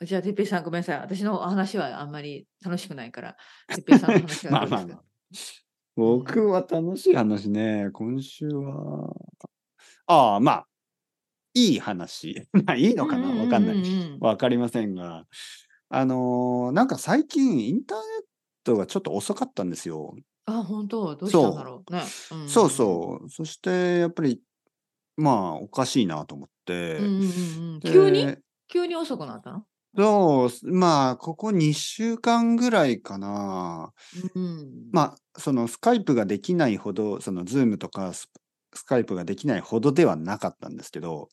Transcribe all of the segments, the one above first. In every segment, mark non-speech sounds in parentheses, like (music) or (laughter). じゃあ、てっぺいさん、ごめんなさい。私の話はあんまり楽しくない (laughs) から、てっぺいさんの話はどうですかまあまあ僕は楽しい話ね。今週は。ああ、まあ、いい話。 (laughs) まあ、いいのかなわかんなううい。ううんわかりませんが。あのーなんか最近、インターネットがちょっと遅かったんですよ。あ、本当どうしたんだろうね。そうそう。そして、やっぱり、まあ、おかしいなと思って。うんうんうんうんで急に急に遅くなったのそう、まあ、ここ2週間ぐらいかな。うん。まあ、そのスカイプができないほど、そのズームとかススカイプができないほどではなかったんですけど、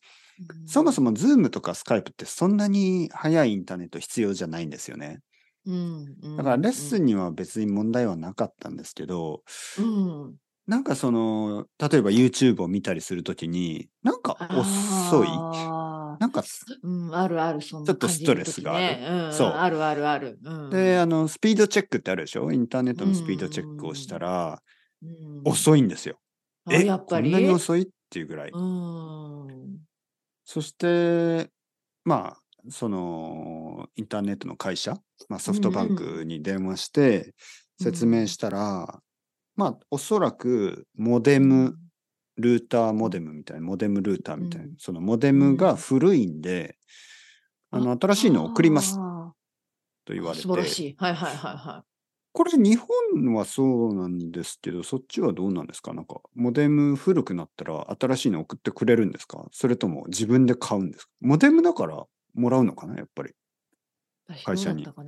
そもそも、もズームとかスカイプってそんなに速いインターネット必要じゃないんですよね。うんうんだからレッスうんンには別に問題はなかったんですけど、うん、なんかその、例えば YouTube を見たりするときに、なんか遅い。あーなんか、うん、あるある、そんちょなっと感スじトのレ時スがあるねうんうんそうあるあるある。うんで、、あの、スピードチェックってあるでしょインターネットのスピードチェックをしたら、うん遅いんですよ。あえ、やっぱりこんなに遅いっていうぐらい。うん。そして、まあ、その、インターネットの会社、まあ、ソフトバンうんクに電話して説明したら、まあ、おそらく、モデム、ルーターモデムみたいな、モデムルーターみたいな、うんそのモデムが古いんで、あの、新しいのを送りますあとー言われて、素晴らしい。はいはいはいはこれ日本はそうなんですけど、そっちはどうなんですかなんか、モデム古くなったら新しいの送ってくれるんですかそれとも自分で買うんですかモデムだからもらうのかなやっぱり。い。私会社にどう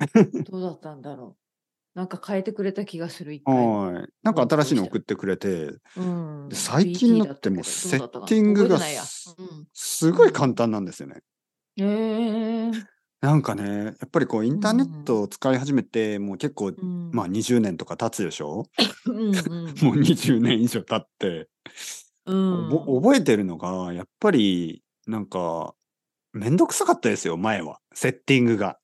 だったかなどうだったんだろう。なんか変えてくれた気がする、一回。はい。なんか新しいの送ってくれて、うんで最近のってもう BT だったけどどうだったかなセッティング覚がえてないやうんすごい簡単なんですよね。ええなんかね、やっぱりこうインターネットを使い始めて、もう結構、うんまあ20年とか経つでしょうんもう20年以上経って。うんおぼ覚えてるのが、やっぱり、なんか、めんどくさかったですよ、前は。セッティングが。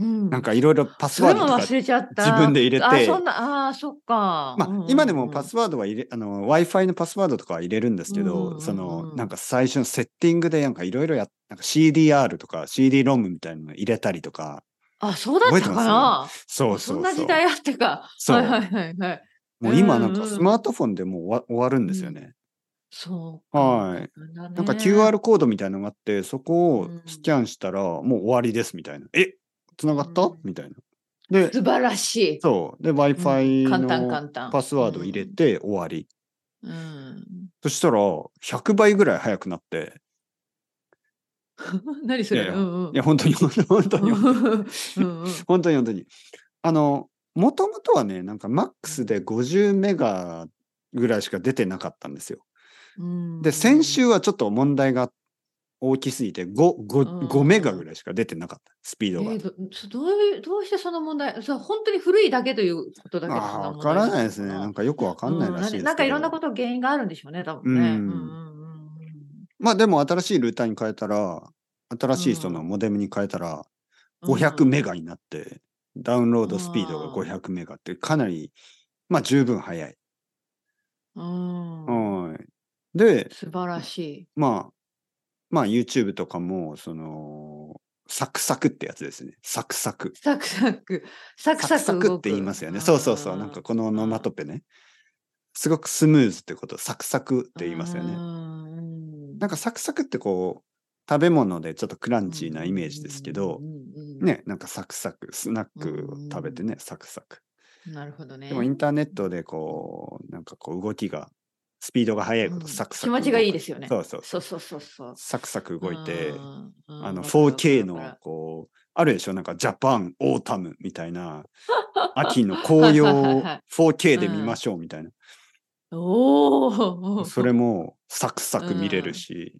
うんなんかいろいろパスそワれーもドとか。忘れちゃった。自分で入れてあ、そんな、あー、そっか。まうんうんあう、ん今でもパスワードは入れ、あの、Wi-Fi のパスワードとかは入れるんですけうんうんうんうど、んその、なんか最初のセッティングでなんかいろいろやっ、なんか CDR とか CD-ROM みたいなの入れたりとか、あ、そうだったかな。そうそそんうなそ時う。代あったか。そうはいはいはいはい。もう今なんうかんうんスマートフォンでもう終わ終わるんですよね。そうか。はい。だねなんか QR コードみたいなのがあって、そこをスキャンしたらもう終わりですみたいな。え繋がったうんみたいな。で、素晴らしい。そう。で、う Wi-Fi ん簡単簡の単。パスワードを入れて終わり。うん。うん。そしたら、100倍ぐらい速くなって、何それ。いやいやうんうん (laughs) いや、本当に、本当に、本当に、うんうん本当に、本当に。あの、もともとはね、なんかマックスで50メガぐらいしか出てなかったんですよ。うんで、先週はちょっと問題が大きすぎて、5、うん5、5メガぐらいしか出てなかった、スピーえドがー。どそどういうどうしてその問題そう本当に古いだけということだけでそんああー、問題わからにないるですね。のかなんかよくわかんないらしいですけうど。なんかいろんなこと原因があるんでしょうね、多分ね。ううんんうんうんまあでも新しいルーターに変えたら、新しいそのうんモデムに変えたら、うん500メガになって、ダウンロードスピードがあー500メガってかなり、まあ十分早い。うんはい。で、素晴らしい。まあ、まあ YouTube とかも、その、サクサクってやつですね。サクサク。サクサク、サクササククサクって言いますよね。そうそうそう。なんかこのオノマトペね。すごくスムーズってこと、サクサクって言いますよね。なんかかサクサクってこう、食べ物でちょっとクランチーなイメージですけど、、うんうんうんね、なんかサクサク、スナックを食べてね、サクサク。なるほどね。でもインターネットでこう、なんかこう動きが、スピードが速いこうとんサク気サク動く、持ちがいいですよねそうそう。そうそうそうそう。サクサク動いて、うんうんあのわかるわかる 4K わかのるこう、あるでしょなんかジャパン、オータムみたいな、 (laughs) 秋の紅葉はいはいをはい 4K で見ましょうみたいな。おお、それもサクサク見れるし、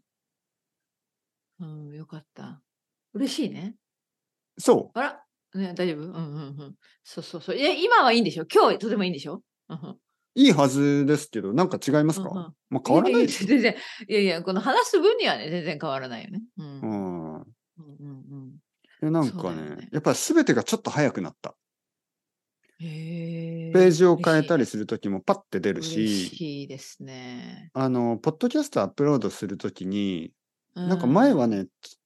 うん、よかった。嬉しいね。そあら、ね、大丈夫うんうんうん。そうそうそう。いや、今はいいんでしょ今日とてもいいんでしょうんうんう、いいはずですけど、なんか違いますか、うんうんまあ変わらないやですや全然、いやいや、この話す分にはね、全然変わらないよね。うん。ううんん。うんうんでなんそうかだよねね、やっぱり全てがちょっと早くなった。へえページを変えたりりするときもパッて出る嬉し、しいですね。あの、ポッドキャストアップロードするときに、ななんか前は、ね、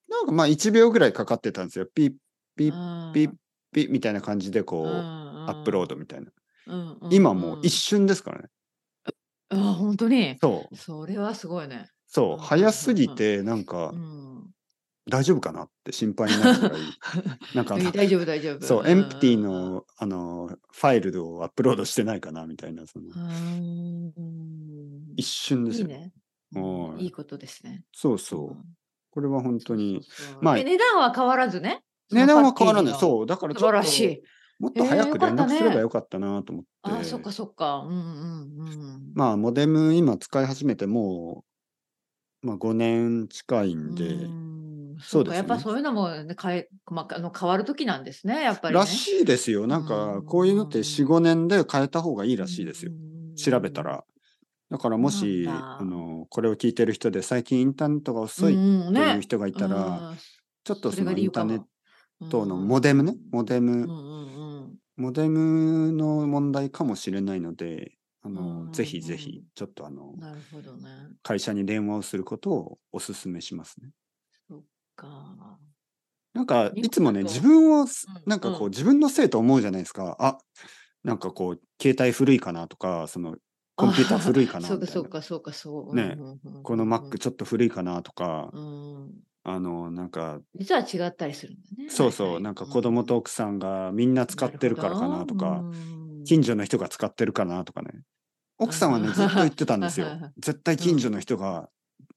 ななんかまあ1秒ぐらいかかってたんですよ。ピッピッピピッピッみたいな感じでこう、アアップロードみたいな。ド今もう一瞬ですからね。あ本当にそう。それはすごいね。そうう。ん早すぎて、なんかうん、大丈夫かなって心配になるぐ (laughs) らい。なんかあの大丈夫大丈夫。そう、エンプティの、あの、ファイルをアップロードしてないかなみたいな、そのう、ん。うん一瞬ですいいよ。ね。はいいいことですね。そうそう。これは本当に。そうそうそう。まあで値段は変わらずね。値段は変わらない。う。そう。だから素ちょ晴っらしいと、。もっと早く連絡すればよかったなと思って。あー、そっかそっか。うんうんうん。まあ、モデム今使い始めてもう、まあ、5年近いんで、うんそそううでかすやっぱねそういうのもね変え、まあ、あの変わる時なんですねやっぱり、ね。らしいですよ。なんかう、んこういうのって4、5年で変えた方がいいらしいですよ。うん調べた。ら。だからもし、なんだあの、これを聞いてる人で最近インターネットが遅いっうんてねいう人がいたら、うんちょっとそそれがの理イン由ターかもネットのうんモデムね、モデうんム、うんモデムの問題かもしれないので、あうの、んぜひぜひ、ちょっとあのうん、、なるほどね。会社に電話をすることをお勧めしますね。かなんか、日本いつもね、だと自分をすうん、なんかこううん自分のせいと思うじゃないですか。あ、なんかこう、携帯古いかなとか、その、コンピューター古いか (laughs) なそうみかたそいうな。かそうかそう。ねうんうんうんこの Mac ちょっと古いかなとか、うん、あの、なんか、実は違ったりするんだね。そうはいそはう、いなんか子供と奥さんがみんな使ってるからかなとか、。近金所の人が使ってるかなとかね。奥さんはね、うんずっと言ってたんですよはいはいはい。絶対近所の人が、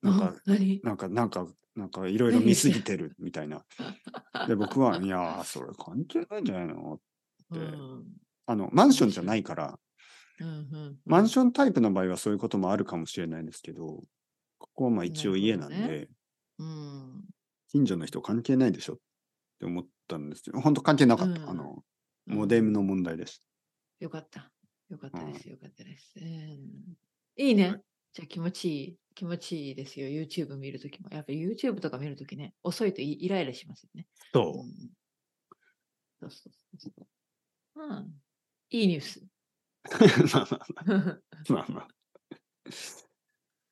なんか、何なんか、なんか、なんかいろいろ見すぎてるみたいな。で、僕は、いやー、それ関係ないんじゃないのうんてうんあの、マンションじゃないから、うんマンョションタイプの場合はそういうこともあるかもしれないですけど、ここはまあ一応家なんで、なるほどン。近所の人関係ないでしょって思ったんですけど、本当関係なかった。うんあの、うんモデムの問題です。よかった。よかったうんです。よかったです。うんいいね。じゃあ気持ちいい。気持ちいいですよ。YouTube 見るときも。やっぱ YouTube とか見るときね、遅いとイイライラしますよね。うんそそうそうそうそう。うん。いいニュース。う。 (laughs) まあまあまあまあ。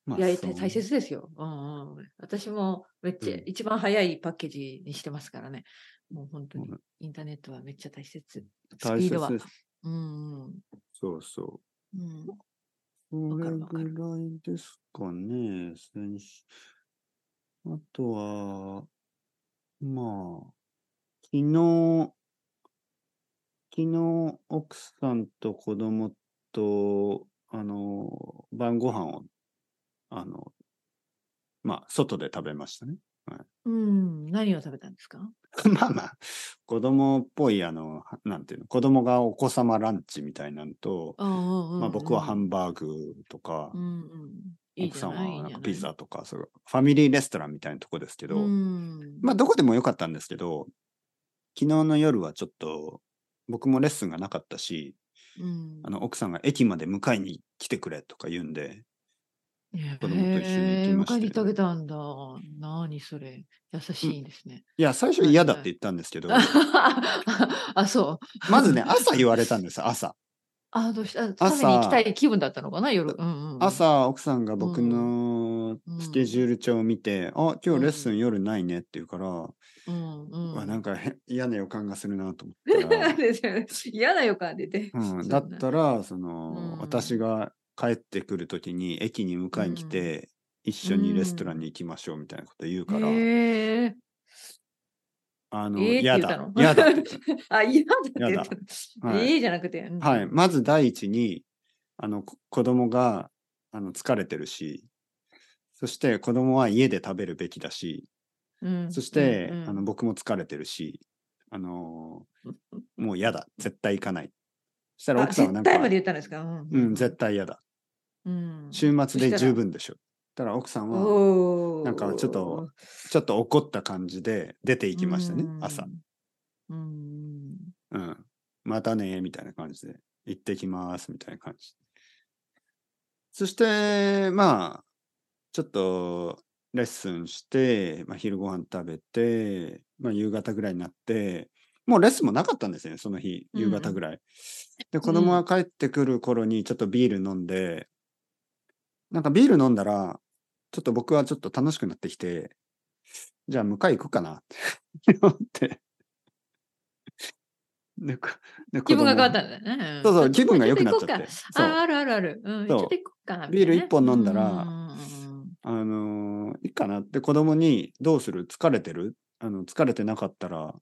まあ (laughs) いや、そ大う大切ですよ。うんうん。私もめっちゃ、うん一番早いパッケージにしてますからね。もう本当にうんインターネットはめっちゃ大切。スピ大ードは切。です。うんうん。そうそう。うん、こわかれるぐわからるいですかね。先週あとは、まあ、昨日、昨日、奥さんと子供と、あの、晩ご飯を、あの、まあ、外で食べましたね。 (laughs) うん。何を食べたんですかまあまあ、子供っぽい、あの、なんていうの、子供がお子様ランチみたいなのと、ままあ僕はハンンバーグとか、うんうん、いい奥じさゃんないいいはじゃなんなかいピザとか、そういうファミリーレストランみたいなとこですけど、うんまあどこでもよかったんですけど、昨日の夜はちょっと僕もレッスンがなかったし、うんあの奥さんが駅まで迎えに来てくれとか言うんで、子供と一緒に行きましたよ迎えに行ってあげたんだ。何それ。優しいですね。いや、最初嫌だって言ったんですけ (laughs) ど、あ、そう。まずね、朝言われたんで (laughs) す、朝。あ、どうしたあ食べに行きたい気分だったのかな、夜。うんうん、朝、奥さんが僕うんのスケジュール帳を見て、あ、今日レッスン夜ないねって言うから、うんうん。わなんかへ嫌な予感がするなと思っ (laughs) たら、ですよね嫌な予感出て。うん、だったら、その、うん私が帰ってくるときに駅に迎えに来て、一緒にレストランに行きましょうみたいなこと言うから、へえあえの、ー、って嫌言っただの。 (laughs) 嫌だって言った。あ、嫌だって言やっだたの。はいええじゃなくて。うんはい。まず第一に、あの、こ子供が、あの、疲れてるし、そして子供は家で食べるべきだし、うんそして、うんうんあの、僕も疲れてるし、(laughs) あのーもう嫌だ。絶対行かない。そしたらあ奥さんはなん絶か、対まで言ったんですかうんう、うん絶対嫌だ。うん週末で十。そし分でしょ。たら奥さんたらは、おーなんかちょっとちょっと怒った感じで出て行きましたね、朝。。うんうん。またね、みたいな感じで。行ってきます、みたいな感じ。そして、まあ、ちょっと、レッスンして、まあ、昼ご飯食べて、まあ、夕方ぐらいになって、もうレッスンもなかったんですよね、その日、うんう夕ん方ぐらい。で、子供が帰ってくる頃に、ちょっとビール飲んで、なんかビール飲んだら、ちょっと僕はちょっと楽しくなってきて、じゃあ、向かい行くかな (laughs) って思って。で、こで気分が変わっ子供たんだよね。んそうそう、気分が良くなっちょちとゃ行っこてう。そかあ、う。あるあるある。うん、ちそょうっと行こうかなみたいなね。ビール一本飲んだらうんうんあのーいいかなって子供に、どうする疲れてるあの、疲れてなかったら、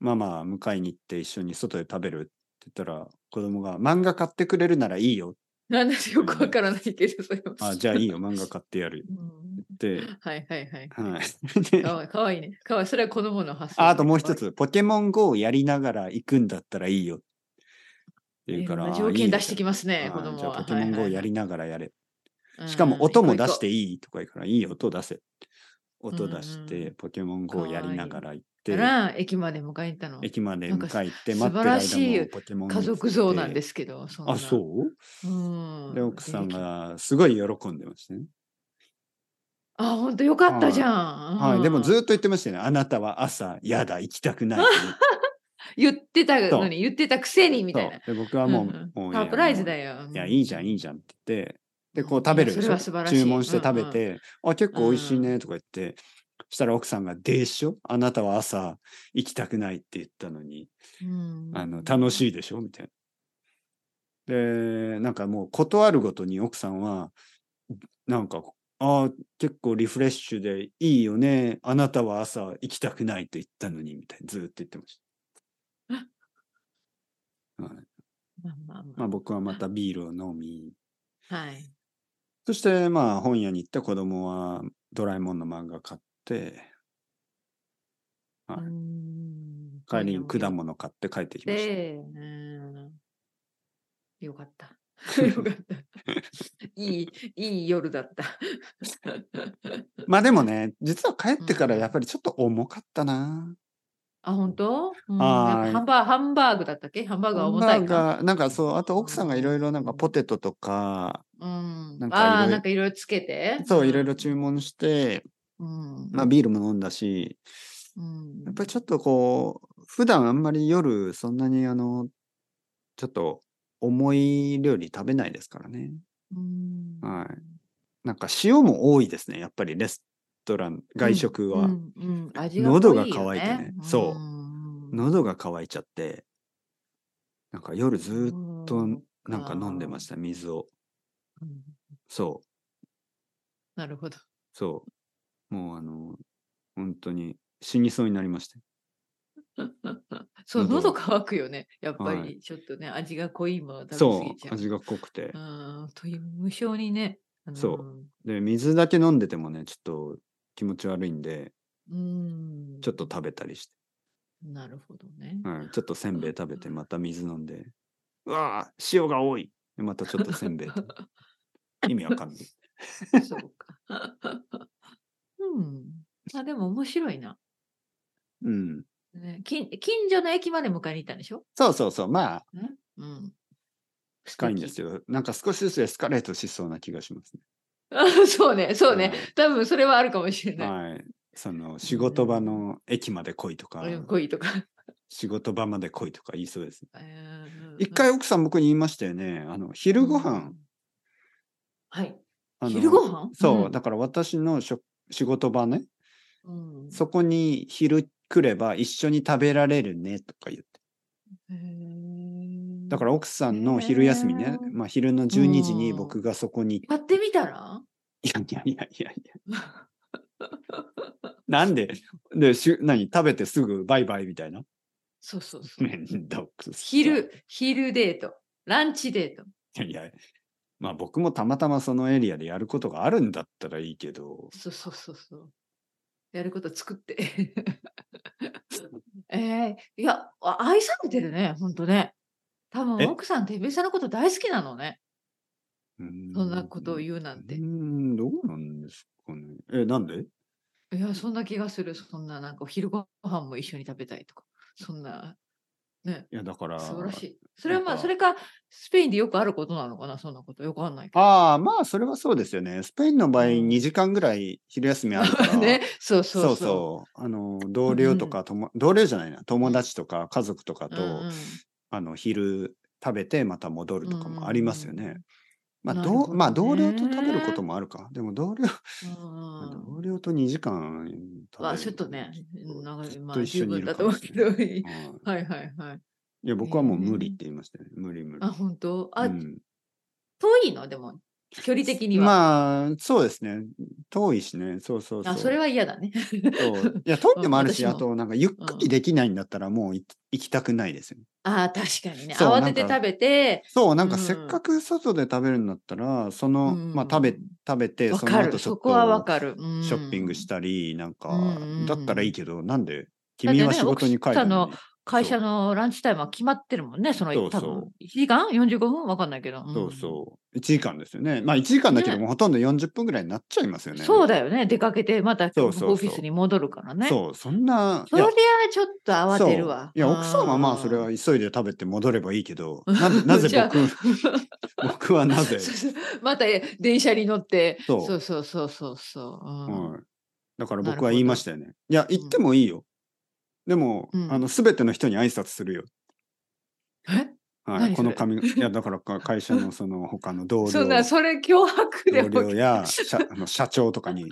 ママ、迎えに行って一緒に外で食べるって言ったら、子供が漫画買ってくれるならいいよ。なんだかよくわからないけど、それは。あ、じゃあいいよ、漫画買ってやるうん (laughs) って。はいはいはい。 (laughs) はい。でかわいいかわいいね。かわいい。それは子供の発想。ああともう一。つ、ポケモン GO をやりながら行くんだったらいいよ。っていうから、条件出してきまますね、子供じゃあは。ポケモン GO をやりながらやれ。しかうもん音も出行こう行こうしていいとか言うから、いい音出せ。音出しうんうて、ポケモン GO をやりながら行かって、ら駅まで迎えに行ったの。駅までなんか迎え行って、素待って晴るらしい間もポケモン。家族像なんですすけど、そんな。あ、そううん。うで、奥さんで駅がすごい喜んでましたね。あ、本当よかったじゃん。はい。でもずっっと。と言ってましたよね。あなたは朝、やだ、行きたくない。 (laughs) 言ってたそのうに、言ってたくせにみたいな。そうで僕はもう、んんもういやサプライズだよ。いや、いいじゃん、いいじゃんって言って、で、こう食べるいやそでれしょは素晴らしい注文して食べて、あ、結構美味しいうんうねとか言って、したら奥さんが、でしょあなたは朝行きたくないって言ったのに、うん。あの、楽い。しいでしょみたいな。で、なんかもう断るごとに奥さんは、なんか、ああ、結構リフレッシュでいいよね。あなたは朝行きたくないと言ったのに、みたいな、ずーっと言ってました。はい、まあまあままあ僕はまたビールを飲み、あ。はい。そして、まあ、本屋に行って子供はドラえもんの漫画買って、はいうん帰りに果っ物買って帰ってきました。て、うん。よか (laughs) った。よかった。いい、いい夜だ (laughs) った。まあでもね、実は帰ってからやっぱりちょっと重かったな。あ、本当、うん、はやっぱいハンバーグ、ハンバーグだったっけハンバーグは重たハいンバか。ーガーなんかそう、あと奥さんがいろいろなんかポテトとか、うんなん。かああー、いろいろなんかいろいろつけて。そう、いろいろ注文して、うん。まあビールも飲んだし、うん、やっぱりちょっとこう、普段あんまり夜そんなにあの、ちょっと重い料理食べないですからね。うんはなんか塩も多いですね。やっぱりレストラン、外食は。うんうん味が喉濃よが渇いてねそうん喉が渇いちゃって、なんか夜ずーっとなんか飲んでました、水を。うんそう、なるほ (laughs) ど。そう。もうあの、本当に死にそうになりました。そう、喉喉乾くよね。やっぱはり、ちょっとね、味が濃いものを食べ過そぎちゃう。う、味が濃くてう。ん、という無性にね。あのそで、水だけ飲んでてもね、ちょっと気持ち悪いんで、うん。ちょっと食べたりして、なるほどね。はい、ちょっとせんべい食べて、また水飲んで、うわー塩が多いでまたちょっとせんべい (laughs) 食べて。意味わかんない。そうか。 (laughs) うん。あ、でも面白いな。うん。ね、近近所の駅まで迎えに行ったんでしょ、そうそうそう。まあ、ね、うん。 (laughs) 近いんですよ。なんか少しずつエスカレートしそうな気がしますね。あそうね、そうね。はい多分それはあるかもしれない。はい。その仕事場の駅まで来いとか、俺も恋とか。 (laughs) 仕事場まで来いとか言いそうですね。うん一回、奥さん僕に言いましたよね。あの、昼ご飯。はい。あの昼ご飯そう、だから私のしょ仕事場ね、うん。うん、そこに昼来れば一緒に食べられるねとか言って。だからら奥さんの昼休みね、へーまあ昼の12時にうん僕がそこに、やってみたらいやいやいやいやいや。 (laughs) なんで、で、しゅ何食べてすぐバイバイみたいな。 (laughs) そうそうそう。めんどくさい。昼、昼デート。ランチデート。 (laughs) いや、まあ僕もたまたまそのエリアでやることがあるんだったらいいけど、そうそうそうそう。やること作って。 (laughs) えー、いや、あ愛されてるね、ほんとね。多分え奥さん、てべさんのこと大好きなのね。そんそんなことを言うなんてう。ん、どうなんですかね。え、なんでいや、そんな気がする。そんな、なんかお昼ご飯も一緒に食べたいとか。そんな、ね、いや、だから、素晴らしい。それはまなんあ、かそれか、スペインでよくあることなのかな、そんなこと。よくわかんないけど。ああ、まあ、それはそうですよね。スペインの場合、うん2時間ぐらい昼休みあるから。 (laughs) (laughs) ね、そうそそううそそうう。あの同僚とか、とも同僚じゃないな友達とか家族とかと、うんうんあの昼食べてまた戻るとかもありますよね。。まあ、なるほどどうねまあ、同僚と食べることもあるか。でも、同僚、うん同僚と2時間食べるはちょっとね、なんかずっまとあ一緒十にい分るだかと思もうしけれないど、 (laughs) はいはいはいはい。いや、僕はもう無理って言いましたね。無理無理。あ、本当あ、うん遠いのでも、距離的には。まあ、そうですね。遠いしね。そうそうそう。あ、それは嫌だね。 (laughs) そういや、遠いのもあるし、うん私あもと、なんか、ゆっくりできないんだったら、もうい行きたくないですよね。ああ、確かにね。そう慌ててなんか食べて、そう、なんか、うんせっかく外で食べるんだったら、その、まあ、うん食べ、食べて、わそのか後る。ちょそっこはわと、かる。うんショッピングしたり、なんかうんうんうん、だったらいいけど、なんで、ってね君は仕事に帰るのに会社のランチタイムは決まってるもんね、そのそうそ多う分1時間 ?45 分わかんないけど。そうそう。1時間ですよね。まあ、1時間だけどねも、ほとんど40分ぐらいになっちゃいますよね。そうだよね。出かけて、またオフそうそうそうィスに戻るからね。そう、そんな。そりゃいやちょっと慌てるわ。そういや、奥さんはまあ、それ (laughs) はうん。急いで食べて戻ればいいけど、 (laughs) なぜなじゃぜあ僕、僕はなぜ、そうそうまたえ電車に乗って。そそううそうそうそうそう。うんはい。だからなる僕は言いましたよね。いや、うん行ってもいいよ。でも、うんあの、すべての人に挨拶するよ。えはい。何こそれの紙、 (laughs) いや、だからか会社のその他の同僚、そんな、それ脅迫で同も僚 (laughs) や社あの社長とかに、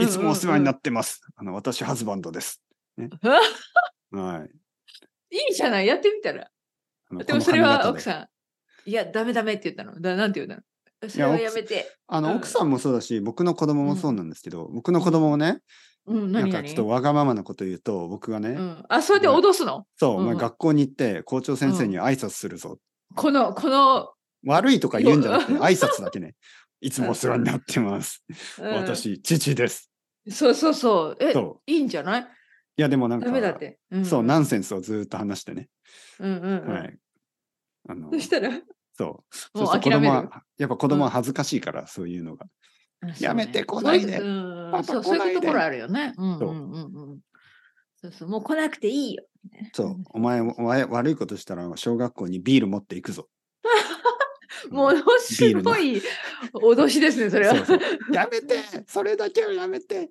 いつもお世話になってます。あの、私、ハズバンドです。 (laughs) うんうんうんはい。いいじゃない、やってみたら。あのでもそれは奥ん。さん、いや、ダメダメって言ったの。だなんて言うのそれいやは奥やさめんて。あうの、ん奥さんもそうだし、僕の子供もそうなんですけど、僕の子供もね、うん、なん何か何ちょっとわがままなこと言うと、僕がね、うん、あ、それで脅すの、そう、おう前ん学校に行って校長先生に挨拶するぞ。この、この、悪いとか言うんじゃ (laughs) なくて、うん挨拶だけね。いつもお世話になってます。うん私、父です。そうそうそう。え、そう。いいんじゃないいや、でもなんダか、メだって。んそう、ナンセンスをずーっと話してね。うんうんうんはい。あのそ、したら、もそう。うそうすると諦め子る供。は、やっぱ子供は恥ずかしいから、そういうのが。あやめてそう来ないでそううんまたそう、来そうないいでうところあるよね。うんうそうんうんうん。そうそう、もう来なくていいよ。そう、お前、お前悪いことしたら小学校にビール持っていくぞ。ものすごい脅しですね、それは。そうそう (laughs) やめてそれだけはやめて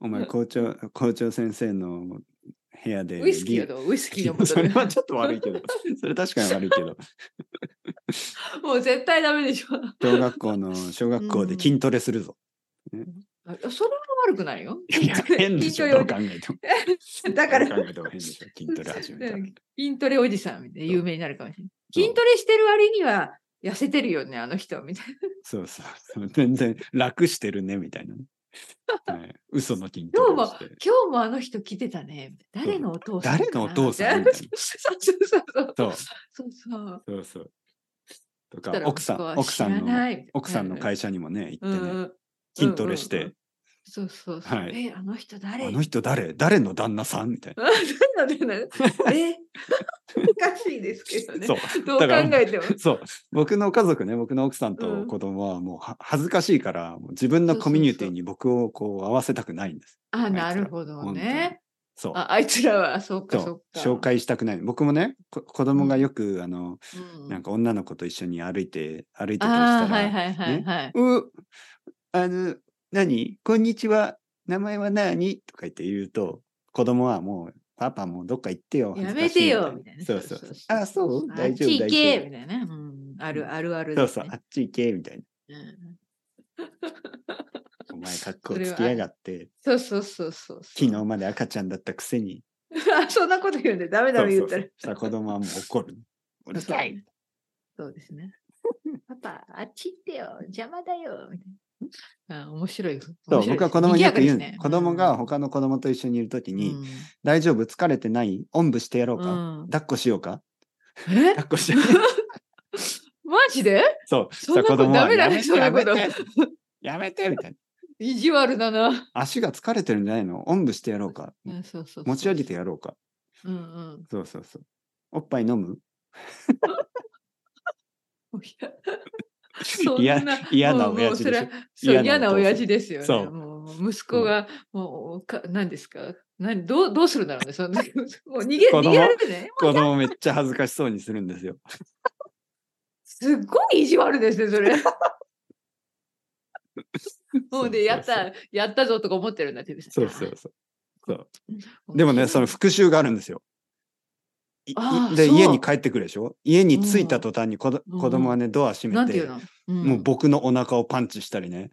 お前校長校長先生の部屋で (laughs) ウイスキービやと、ウイスキーのこと (laughs) それで。はちょっと悪い (laughs) けどそれ確かに悪いけどもう絶対ダメでしょ。 (laughs) 小学校の小学校で筋トレするぞ、あそれは悪くないよ。(laughs) いや変でしょどう考えてもだからどう考えても変でしょ筋トレ始めたらうん筋トレおじさんみたいなそう有名になるかもしれない。筋トレしてる割には痩せてるよね、あの人みたいそうそうそう全然楽してるねみたい (laughs) なね、はい、嘘の筋な。トレ今を日もし、て今日もあの人来てたね。誰のお父さんかな誰のお父さんみたみたいいなな (laughs) そうそうそうそう。そそううそう。そうそうとそしかたら奥さ息子はん奥さん知らのない奥さんの会会社にもね行社ってね、筋トレして、そうそうそう。はいえ、あの人誰あ (laughs) の人誰誰の旦那さんみたいあ誰の誰 (laughs) のえ、 (laughs) おかしいですけどな。ね (laughs) そ。どう考だからえて (laughs) も。う。そう。僕の家族ね、僕の奥さんうとん子供はもうは恥ずかしいから、もう自分のコミュニティに僕をこう合わせたくないんです。あ、なるほどね。そう。ああいつらは、そうか、そそうう。か。紹介したくない。僕もね、こ子供がよく、あの、うん。なんか女の子と一緒に歩いて、歩あいてたりしあたー、ら、はいはいはいはい。う、あの、何こんにちは。名前は何とか言って言うと、子供はもう、パパもうどっか行ってよ。やめてよ恥みずたかいしな。そうそう。あ、そうあ大っ丈夫。ち行け大丈夫みたいなね。うん。あるあるあるそでうすそうね、あっち行け、みたいな。うんお前、格好それはつきやがって、そうそうそうそうそう。昨日まで赤ちゃんだったくせに。 (laughs) あそんなこと言うんで、ダメダメ言ったら。したら子供はもう怒る。うるそうさい。そうですね。 (laughs) パパ、あっち行ってよ。邪魔だよ。みたいな。あ面白い。そ面白いう、です僕は子供によく言う賑やかですね。子供が他の子供と一緒にいるときうんに、大丈夫疲れてないおんぶしてやろううかんうん抱っこしよう (laughs) かえ抱っこしようかマジでそ (laughs) う。そんなことしたら子供はダメだねやめてそんなことやめてやめてみたいな。意地悪だな。足が疲れてるんじゃないのおんぶしてやろうかうんそうそうそう持ち上げてやろうかうんうん。そうそうそう。おっぱい飲むいやそんいなや (laughs) 嫌なもう親父もうそでしょれはそう嫌嫌ななお父さん親父ですよね。そうもう息子が、もうか、何ですか何どうどうするんだろうね。そんな (laughs) もう逃げ子供逃げられてね。子供めっちゃ恥ずかしそうにするんですよ。すっごい意地悪ですね、そ (laughs) れ。もうそうそうそうね、やった、やったぞとか思ってるんだって。そうそうそう。あ。 (laughs) でもね、その面白い復讐があるんですよ。いいあーで、そう家に帰ってくるでしょ家に着いた途端に子どうん子供はね、ドア閉なんめてて、いうの、うんもう僕のお腹をパンチしたりね、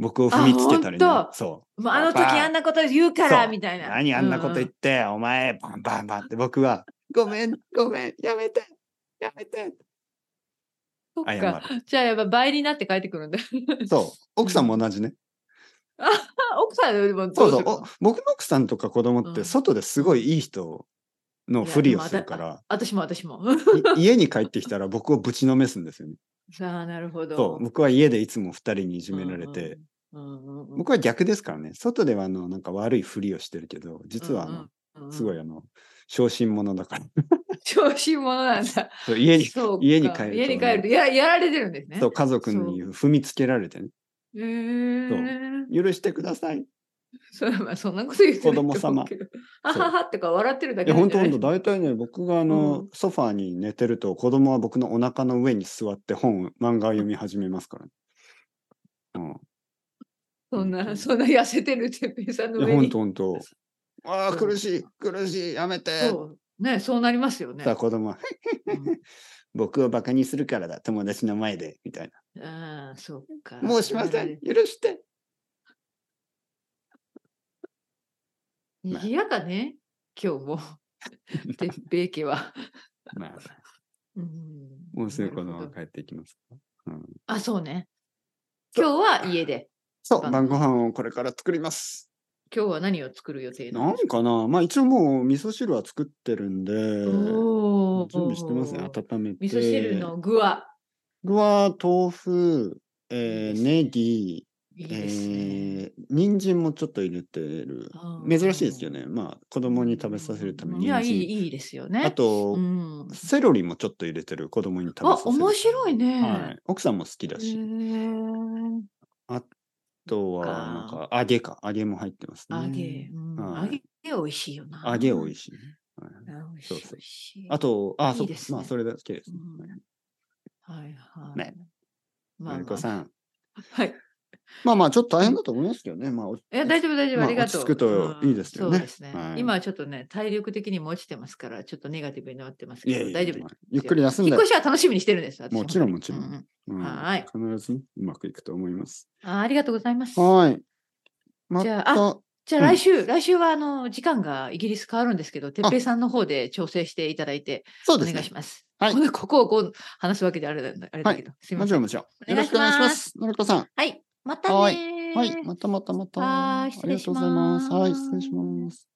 僕を踏みつけたりねあほん、とそう。もうあの時パパあんなこと言うかそらうみたいな。何あんなこうと言って、お前、バンバンバンって、僕は、ごめん、ごめん、やめて、やめて。そっ謝かじゃあやっぱ倍になって帰ってくるんだ。 (laughs) る。そう。奥さんも同じね。あ奥さんでもそどううすそうるのお僕の奥さんとか子供っうて、ん外ですごいいい人のふりをするかいら、私も私も。 (laughs) い家に帰ってきたら僕をぶちのめすんですよね。さあなるほど。そう。僕は家でいつも二人にいじめられて、うんうんうんうん僕は逆ですからね。外ではあの、なんか悪いふりをしてるけど、実はあの、うんうんすごいあの、小心者だ (laughs) から。調子者なんだ。そう家に、そうか家に帰ると家に帰るとややられてるんですね。そう、家族に踏みつけられてね。へー許してくだ (laughs) さい。そうまあそんなこと言ってないと思う子供様けど。あははとか笑ってるだいけや、なん本じ当ゃない本当大体ね、僕があの、うんソファーに寝てると、子供は僕のお腹の上に座って本を、漫画を読み始めますからね。そん本当な、そんな痩せてるてっぺいさんうのん。い上や、本に。当本当ああ、そう苦しい、苦しい、やめて。そうね、そうなりますよねさあ、。子供は、はい僕をバカにするからだ、友達の前で、みたいうんああ、そうか。な。もうしません、許して。まあ賑やかね、今日も。てっぺい家は。まあ、うんもうすぐ子なる供はほど帰ってきますから。あ、そうね。今日は家で。そう、晩ご飯をこれから作ります。今日は何を作る予定ななのんかなまあ一応もう味噌汁は作ってるんで、お準ー備してますね、温めて。味噌汁の具は。僕は豆腐、えいいでーすねネギ、いいえですね。ー人参もちょっと入れてる。珍しいですよね。ね。まあ子供に食べさせるためうんにいや、人い参。い、いいですよね。あと、うん、セロリもちょっと入れてる子供に食べあさ、せる。面白いね。はい。奥さんも好きだへし。ーあとは、なんか揚げか。揚げも入ってますね。揚げ、うんは揚いげ美味しいよな。揚げ美味しい。しいね。はい美味しそういそう美味しい。あと、あ、そいういですねまあそれだけですね。うん、はいはい。ねまあままるこあ、さん。はい。まあまあちょっと大変だと思いますけどね。まあおえ、大丈夫、大丈夫、まあありがとう。落ち着くといいですよねうんそうですね。はい今はちょっとね、体力的にも落ちてますから、ちょっとネガティブになってますけいど、やいや大丈夫ですまあ。ゆっくり休ん引でっ越しは楽しみにしてるんです。私もちろんもちろんうううんはい必ずねうまくいくと思います。あありがとうございます。はい。まじゃた、ああじゃあうん来週、来週はあの時間がイギリス変わるんですけど、てっぺいさんの方で調整していただいて、そうおです願ね。いします。はいこのここをこう話すわけであれだあれだけど、すいまもちせん。ろんもちろん。およ願ろいししますくお願いします。のりこさん。はい、またねはいーはい。またまたまた。はーいありがとうございます。失礼しますはい。失礼します。